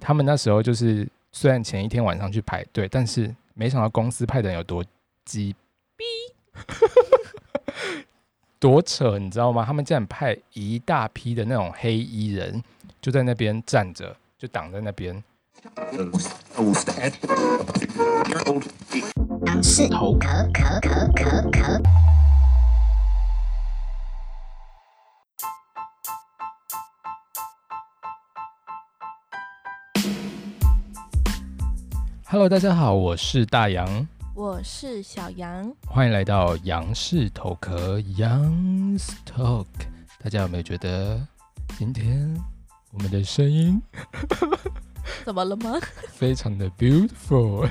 他们那时候就是虽然前一天晚上去排队，但是没想到公司派的人有多鸡逼， 多扯，你知道吗？他们竟然派一大批的那种黑衣人，就在那边站着，就挡在那边。是头壳壳壳壳壳。 Hello，大家好，我是大杨，我是小杨，欢迎来到杨氏头壳 Young Talk。大家有没有觉得今天我们的声音怎么了吗？非常的 beautiful，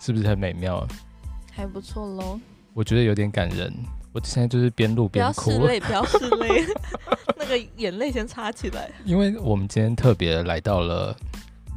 是不是很美妙？ 还不错喽，我觉得有点感人。我现在就是边录不边要哭拭，泪，不要拭泪， 那个眼泪先擦起来。因为我们今天特别来到了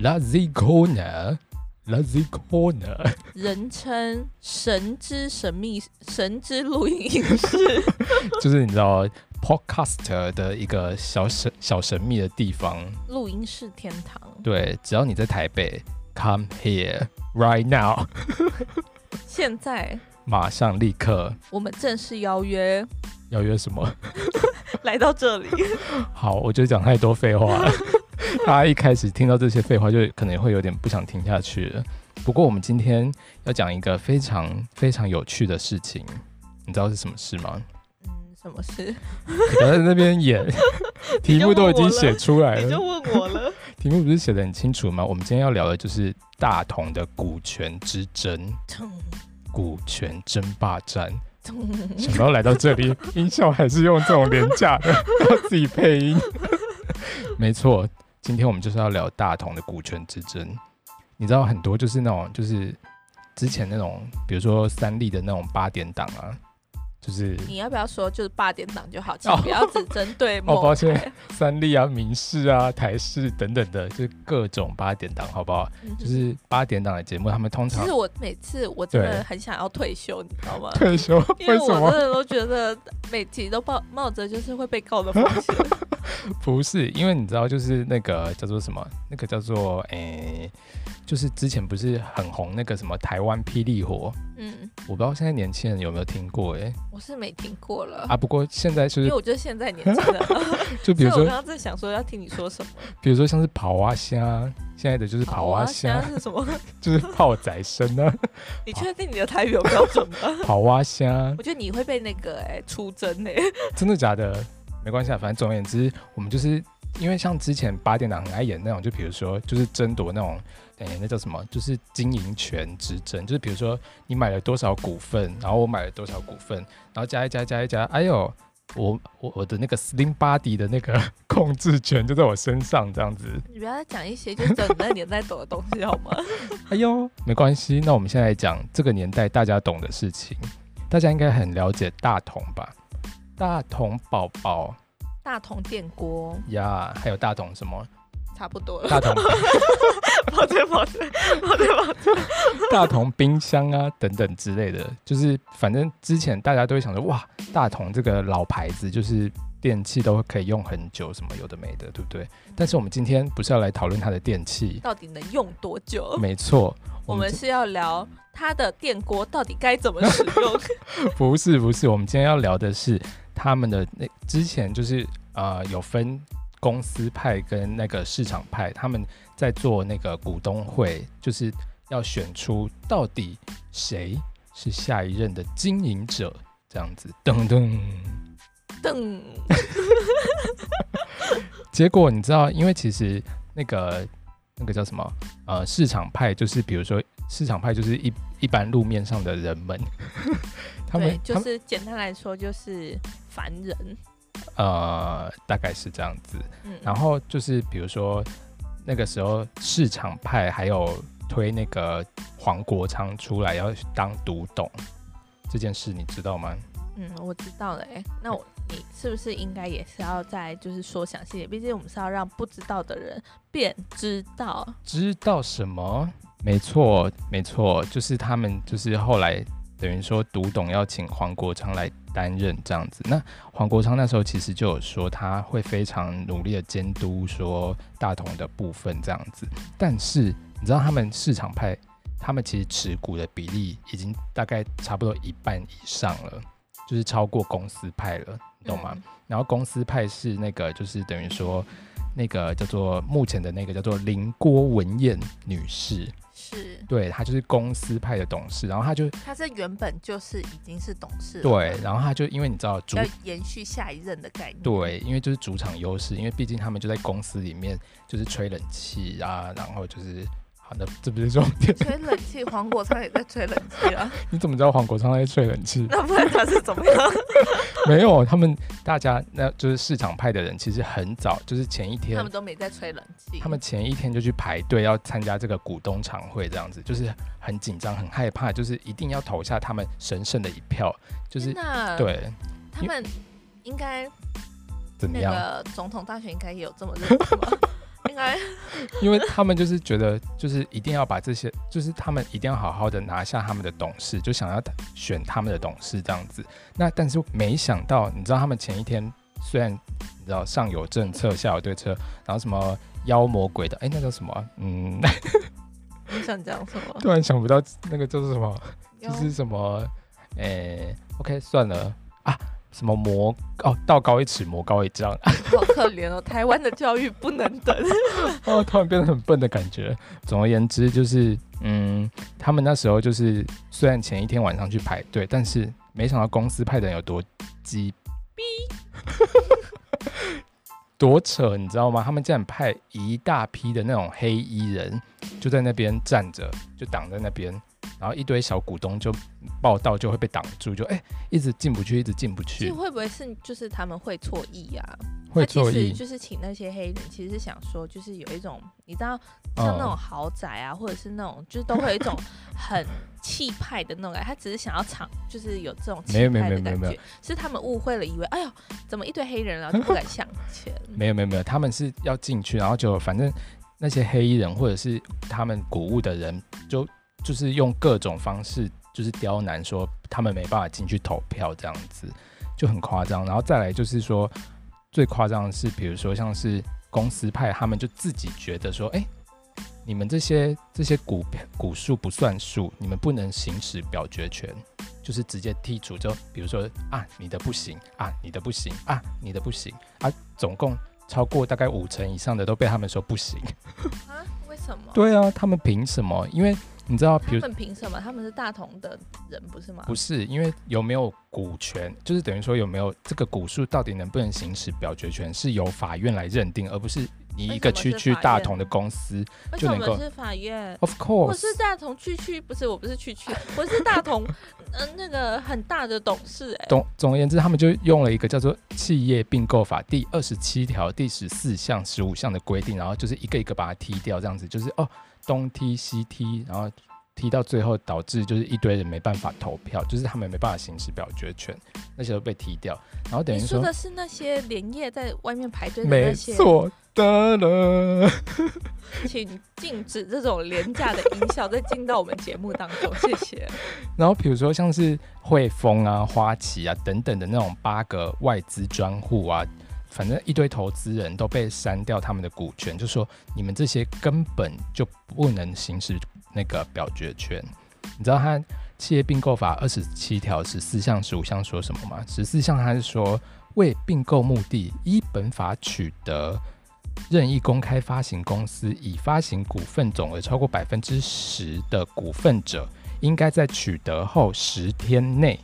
Lazy Corner，Lazy Corner，人称神之神秘神之录音影 室， 就是你知道 Podcast 的一个小神小神秘的地方。录音室天堂。对，只要你在台北，Come here right now，现在马上立刻我们正式邀约要约什么？ 来到这里，好，我觉得讲太多废话了。大家一开始听到这些废话，就可能会有点不想听下去了。不过我们今天要讲一个非常非常有趣的事情，你知道是什么事 吗？ 嗯，什么事？你不要在那边 演，题目都已经写出来你就了，问我 了。题目不是写的很清楚吗？我们今天要聊的就是大同的股权之争，咚股权争霸 战。咚想到来到这里，音效还是用这种廉价的， 要自己配音。 没错，今天我们就是要聊大同的股权之争。你知道很多就是那种就是之前那种，比如说三立的那种八点档啊，就是你要不要说就是八点档就好，请哦不要只针对 某哦，抱歉台，三立啊、民视啊、台视等等的，就是各种八点档，好不好？嗯就是八点档的节目，他们通其常实我每次我真对的很想要退休，你知道吗？退休，因为为我什真么？的都觉得每集都冒冒着就是会被告的风 险。不是，因为你知道，就是那个叫做什么，那个叫做诶、就是之前不是很红那个什么台湾霹雳火，嗯，我不知道现在年轻人有没有听过诶、我是没听过了，啊，不过现在就因是为我就是现在年轻人，就 比如所以说我刚刚在想说要听你说什么。比如说像是跑啊虾，现在的就是跑啊现虾在，是什么？ 就是泡仔生 啊，你确定你的台语有标准吗？ 跑啊虾，我觉得你会被那个哎、出征哎、真的假的？没关系啊，反正总而言之，我们就是因为像之前八点档很爱演那种，就比如说就是争夺那种，哎、那叫什么？就是经营权之争，就是比如说你买了多少股份，然后我买了多少股份，然后加一加加一加，哎呦，我我我的那个 Slim Body 的那个控制权就在我身上，这样子。 你不要再讲一些就是整个年代懂的东西好吗？ 哎呦，没关系，那我们现在来讲这个年代大家懂的事情，大家应该很了解大同吧？大同宝宝大同电锅呀，还有大同什么？差不多了，大同 抱歉抱歉抱歉抱歉。 大同冰箱啊等等之类的，就是反正之前大家都会想说，哇，大同这个老牌子，就是电器都可以用很久，什么有的没的，对不对？但是我们今天不是要来讨论它的电器，到底能用多久？没错，我们是要聊它的电锅到底该怎么使用。 不是不是，我们今天要聊的是他们的那之前就是呃有分公司派跟那个市场派，他们在做那个股东会，就是要选出到底谁是下一任的经营者，这样子噔噔。噔，结果你知道，因为其实那个那个叫什么呃市场派，就是比如说市场派就是一一般路面上的人们，他们对，他就们是简单来说就是凡人。呃大概是这样子。嗯，然后就是比如说那个时候市场派还有推那个黄国昌出来要当独董这件事，你知道吗？嗯，我知道了、哎，那我你是不是应该也是要再就是说详细一点？毕竟我们是要让不知道的人便知道。知道什么？没错，没错，就是他们就是后来等于说读懂要请黄国昌来担任这样子。那黄国昌那时候其实就有说他会非常努力的监督说大同的部分这样子，但是你知道他们市场派，他们其实持股的比例已经大概差不多一半以上了，就是超过公司派了，你懂吗？嗯然后公司派是那个就是等于说那个叫做目前的那个叫做林郭文燕女士，是，对她就是公司派的董事，然后她就他是啊原本就是已经是董事了，对，然后她就因为你知道主要延续下一任的概念。对，因为就是主场优势，因为毕竟他们就在公司里面就是吹冷气啊，然后就是。好的，这不是重点。 吹冷气，黄国昌也在吹冷气了，你怎么知道黄国昌在吹冷气？ 那不然他是怎么样？没有，他们大家那就是市场派的人，其实很早，就是前一天他们都没在吹冷气，他们前一天就去排队要参加这个股东常会，这样子就是很紧张、很害怕，就是一定要投下他们神圣的一票，就是那对他们应该怎么那样？个总统大选应该也有这么认 识吧？应该因为他们就是觉得，就是一定要把这些，就是他们一定要好好的拿下他们的董事，就想要选他们的董事这样子。那但是没想到，你知道他们前一天虽然你知道上有政策，下有对策，然后什么妖魔鬼的，哎、那叫什么啊？嗯， 我想讲什么？突然想不到那个叫做什么。 就有是什么，诶、o k 算了啊，什么魔哦，道高一尺，魔高一丈，好可怜哦，台湾的教育不能 等。哦，突然变得很笨的感觉。总而言之，就是嗯，他们那时候就是虽然前一天晚上去排队，但是没想到公司派的人有多鸡逼， 多扯，你知道吗？他们竟然派一大批的那种黑衣人，就在那边站着，就挡在那边。然后一堆小股东就报道就会被挡住，就哎、一直进不去，一直进不其去实，会不会是就是他们会错意啊？会他其错实意，就是请那些黑人，其实是想说，就是有一种你知道，哦像嗯那种豪宅啊，或者是那种就是都会有 一种很气派的那种感觉。他只是想要场，就是有这种气没有没有派没的有没有感没有觉，是他们误会了，以为哎呦，怎么一堆黑人然 后就不敢向前。没有没有没有，他们是要进去，然后就反正那些黑衣人或者是他们鼓舞的人，就就是用各种方式就是刁难说他们没办法进去投票这样子，就很夸张。然后再来就是说最夸张的是，比如说像是公司派，他们就自己觉得说，哎、你们这些这些股票股数不算数，你们不能行使表决权，就是直接剔除。就比如说啊，你的不行啊，你的不行啊，你的不行啊，总共超过大概五成以上的都被他们说不行。啊？为什么？对啊，他们凭什么？因为你知道，比他如们凭什么？他们是大同的人不是吗？不是因为有没有股权，就是等于说有没有这个股数到底能不能行使表决权，是由法院来认定，而不是你一个为什区么是区法大院同的公司。为就什能么够是法院？ Of 我 course，是大同区区，不是我不是区区，我是大同，嗯、那个很大的董事哎、总总而言之，他们就用了一个叫做《企业并购法》第二十七条、第十四项、十五项的规定，然后就是一个一个把它踢掉，这样子就是哦，东踢西踢，然后踢到最后导致就是一堆人没办法投票，就是他们没办法行使表决权，那些都被踢掉，然 后等于你说说的是那些连夜在外面排队的没那些，错的了。请禁止这种廉价的音效再进到我们节目当中，谢 谢。然后比如说像是汇丰啊、花旗啊等等的那种八个外资专户啊，反正一堆投资人都被删掉他们的股权，就说你们这些根本就不能行使那个表决权。你知道他企业并购法二十七条十四项、十五项说什么吗？十四项他是说为并购目的，依本法取得。任意公开发行公司以发行股份总额超过百分之十的股份者，应该在取得后十天内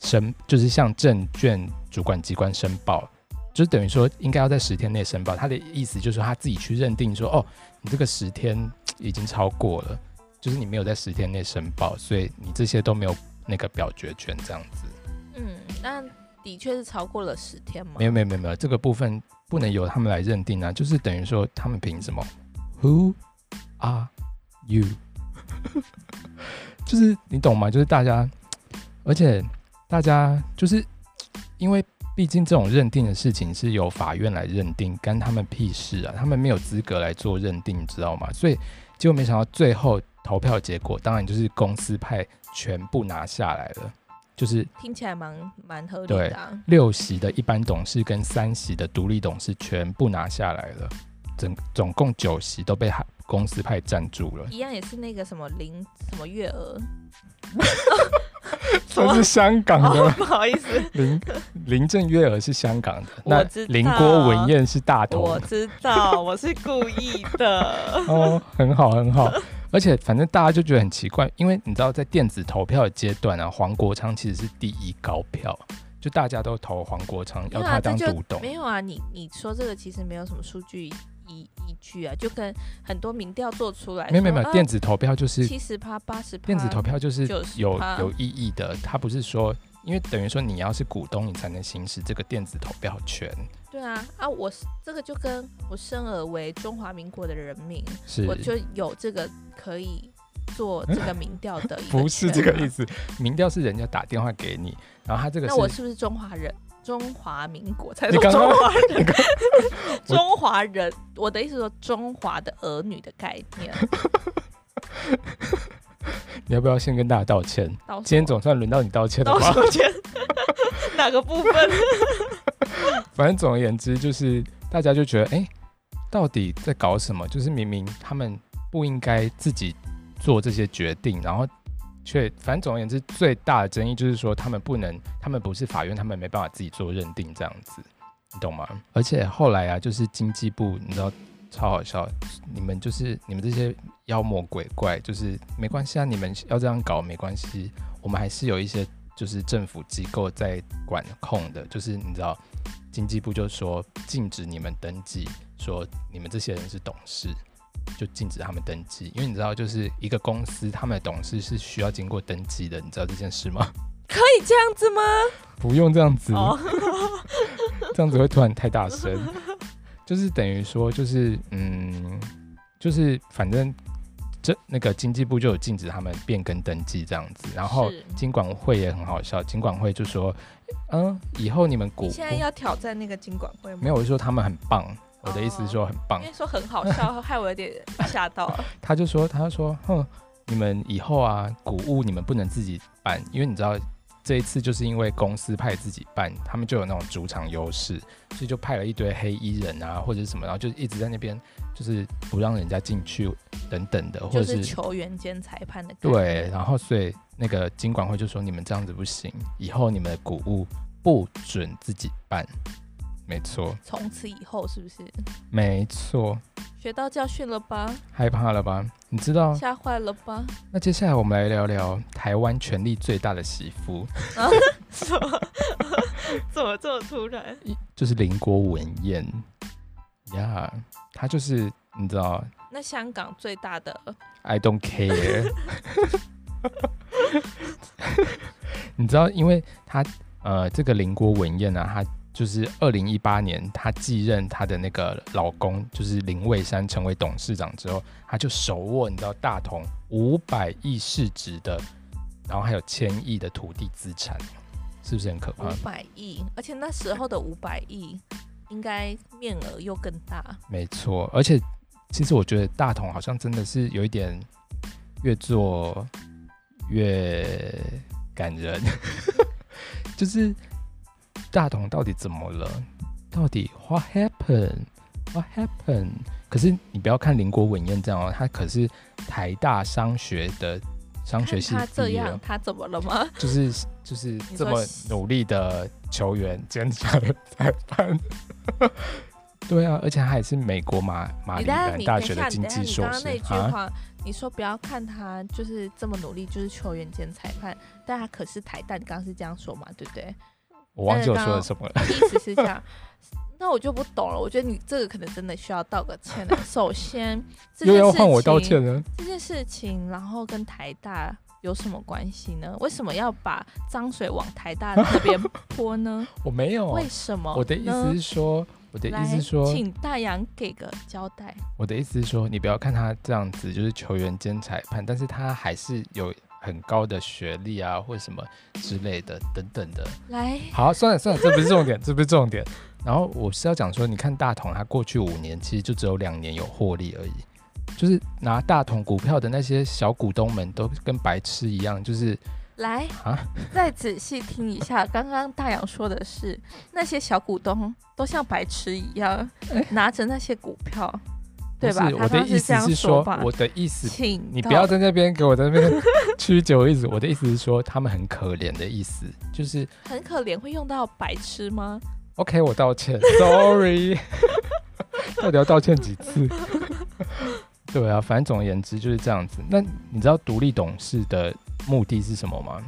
申，就是向证券主管机关申报，就是等于说应该要在十天内申报。他的意思就是说他自己去认定说，哦，你这个十天嘖已经超过了，就是你没有在十天内申报，所以你这些都没有那个表决权这样子。嗯，那的确是超过了十天吗？没有没有没有没有，这个部分不能由他们来认定啊，就是等于说他们凭什么？Who are you？就是你懂吗？就是大家，而且大家就是因为毕竟这种认定的事情是由法院来认定，干他们屁事啊！他们没有资格来做认定，你知道吗？所以结果没想到最后投票结果，当然就是公司派全部拿下来了，就是听起来蛮蛮合理的、啊。六席的一般董事跟三席的独立董事全部拿下来了，总总共九席都被公司派占住 了。一样也是那个什么林什么月 娥，这是香港哦的，不好意思， 林林郑月娥是香港 的，我那知道林郭文燕是大同我的知道，我是故意的。 哦，很好很 好。而且反正大家就觉得很奇怪，因为你知道在电子投票的阶段啊，黄国昌其实是第一高票，就大家都投黄国昌，要没有他啊，这当就独董。没有啊，你你说这个其实没有什么数据依依据啊，就跟很多民调做出来，啊没有没有没有，电子投票就是七十趴、八十趴，电子投票就是90%有有意义的，它不是说，因为等于说你要是股东，你才能行使这个电子投票权，对啊啊，我是这个就跟我生而为中华民国的人民，是我就有这个可以做这个民调的 一个不是这个意思？思？民调是人家打电话给你，然后他这个那我是是不是中华人？中华民国才你说刚刚中华人， 你 刚我中华人，我的意思说中华的儿女的概 念。你要不要先跟大家道歉？到今天总算轮到你道歉了到吧？手间 哪个部分？反正总而言之，就是大家就觉得，哎、到底在搞什么？就是明明他们不应该自己做这些决定，然后却反正总而言之，最大的争议就是说，他们不能，他们不是法院，他们没办法自己做认定这样子，你懂吗？而且后来啊，就是经济部，你知道。超好笑！你们就是你们这些妖魔鬼怪，就是没关系啊，你们要这样搞没关系，我们还是有一些就是政府机构在管控的，就是你知道，经济部就说禁止你们登记，说你们这些人是董事，就禁止他们登记，因为你知道，就是一个公司他们的董事是需要经过登记的，你知道这件事吗？ 可以这样子吗？不用这样子，哦，这样子会突然太大声，就是等于说，就是嗯，就是反正这那个经济部就有禁止他们变更登记这样子，然后是经管会也很好笑，经管会就说，嗯，以后你们股你现在要挑战那个经管会吗？没有，我是说他们很棒，我的意哦思是说很棒因，为说很好笑， 害我有点吓到。他就说，他就说，哼，你们以后啊，谷物你们不能自己办，因为你知道这一次就是因为公司派自己办，他们就有那种主场优势，所以就派了一堆黑衣人啊或者是什么，然后就一直在那边就是不让人家进去等等的， 或就者是是球员兼裁判的概念，对，然后所以那个金管会就说你们这样子不行，以后你们的谷物不准自己办，没错，从此以后是不是没错，学到教训了吧？害怕了吧？你知道吓坏了 吧？那接下来我们来聊聊台湾权力最大的媳妇，什么？怎么这么突然？就是林国文燕呀。她就是你知道那香港最大的，I don't care。你知道，因为她呃，这个林国文燕呢、她就是二零一八年她继任她的那个老公，就是林蔚山成为董事长之后，她就手握你知道大同五百亿市值的，然后还有千亿的土地资产，是不是很可怕？五百亿，而且那时候的五百亿应该面额又更大。没错，而且其实我觉得大同好像真的是有一点越做越感人， 就是大同到底怎么了？到底 what happened？what happened？可是你不要看林国文燕这样哦，她可是台大商学的商学看系他这毕业样哦，，他怎么了吗？就是就是你这说么是努力的球员兼他的裁判。 对啊，而且他也是美国马马你里等下兰你啊大等学一的下，你经等济一下，你硕刚刚士那句啊，话，你说不要看他就是这么努力，就是球员兼裁判，但他可是台大，你刚刚是这样说嘛，对不对？我忘记我说但了是什么了。意思是这样，那我就不懂了。我觉得你这个可能真的需要道个歉了。首先，这 又件要事换我道情歉了，这件事情，然后跟台大有什么关系呢？为什么要把脏水往台大 那边泼呢？我没有。啊为什么呢？哦我的意思是说，我的意思是说来，请大洋给个交代。我的意思是说，你不要看他这样子，就是球员兼裁判，但是他还是有很高的学历啊，或什么之类的等等的。来，好，算了算了，这不是重点，这 不是重点。然后我是要讲说，你看大同，他过去五年其实就只有两年有获利而已，就是拿大桶股票的那些小股东们都跟白痴一样，就是来啊，再仔细听一下，刚刚大洋说的是那些小股东都像白痴一样拿着那些股票，对吧？不是他我的刚意这思样是说吧，，我的意 思，请你到不要在那边给我在那边 曲解我意思。我的意思是说，他们很可怜的意思，就是很可怜，会用到白痴吗？ OK，我道歉 ，Sorry，到 底要道歉几次？ 对啊，反正总而言之就是这样子。那你知道独立董事的目的是什么吗？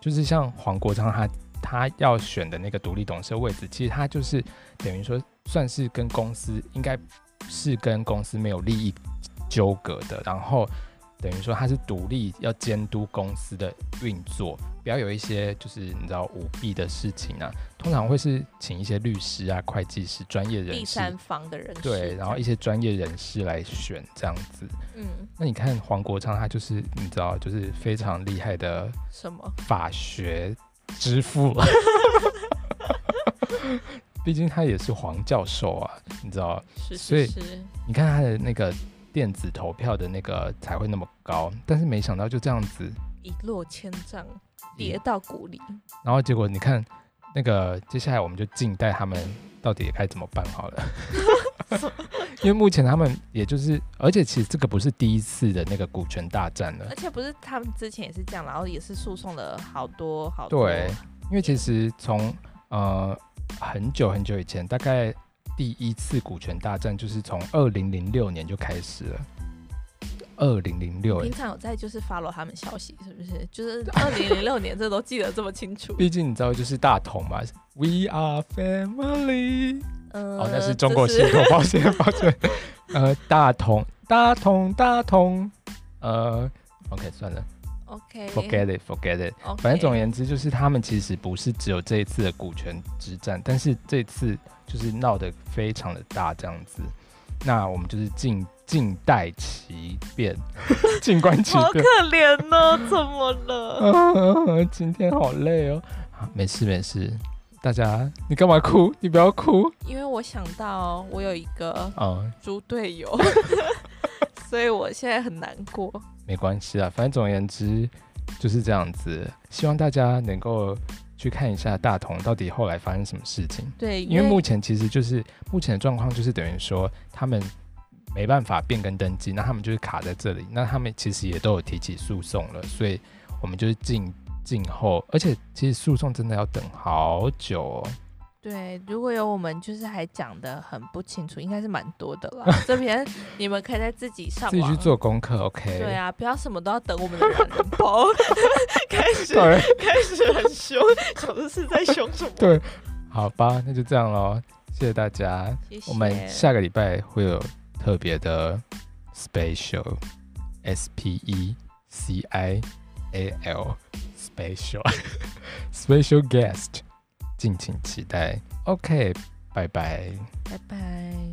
就是像黄国昌他他要选的那个独立董事的位置，其实他就是等于说算是跟公司应该是跟公司没有利益纠葛的，然后等于说他是独立要监督公司的运作，不要有一些就是你知道舞弊的事情啊，通常会是请一些律师啊、会计师、专业第人士。三方的人士对，然后一些专业人士来选这样子。嗯，那你看黄国昌，他就是你知道，就是非常厉害的什么？法学之父，毕竟他也是黄教授啊，你知道，是所以是是，你看他的那个电子投票的那个才会那么高，但是没想到就这样子，一落千丈，跌到谷里。然后结果你看那个接下来我们就静待他们到底该怎么办好了。 因为目前他们也就是，而且其实这个不是第一次的那个股权大战了而，且不是他们之前也是这样，然后也是诉讼了好多好多。对，因为其实从呃很久很久以前，大概第一次股权大战就是从二零零六年就开始了。二零零六，平常有在就是 follow 他们消息，是 不是？就是二零零六年这都记得这么清楚。毕竟你知道就是大同嘛，We are family。嗯，哦，那是中国就信是托，抱歉抱歉。呃，大同大同大同，呃，OK 算了 OK ，forget it forget it。 OK，反正总而言之，就是他们其实不是只有这一次的股权之战，但是这次就是闹得非常的大这样子。那我们就是静静待其变， 静观其好可变。怜哦， 怎么了？啊， 今天好累哦。啊没事没事，大家你干嘛哭？你不要哭。因为我想到我有一个嗯，猪队 友，所以我现在很难过。没关系啊，反正总而言之就是这样子。希望大家能够去看一下大同到底后来发生什么事情。对，因为目前其实就是目前的状况就是等于说他们没办法变更登记，那他们就是卡在这里，那他们其实也都有提起诉讼了，所以我们就是静静候，而且其实诉讼真的要等好久哦。对，如果有我们就是还讲的很不清楚，应该是蛮多的 啦。这边你们可以在自己上自己网去。做功课，OK？啊 对，啊，不要什么都要等我们的懒人包，开始对 开始很凶，小的是在凶什么？对，好吧，那就这样喽，谢谢大家。谢谢我们下个礼拜会有特别的 special S P E C I A L special special guest，敬请期待。OK，拜拜。拜拜。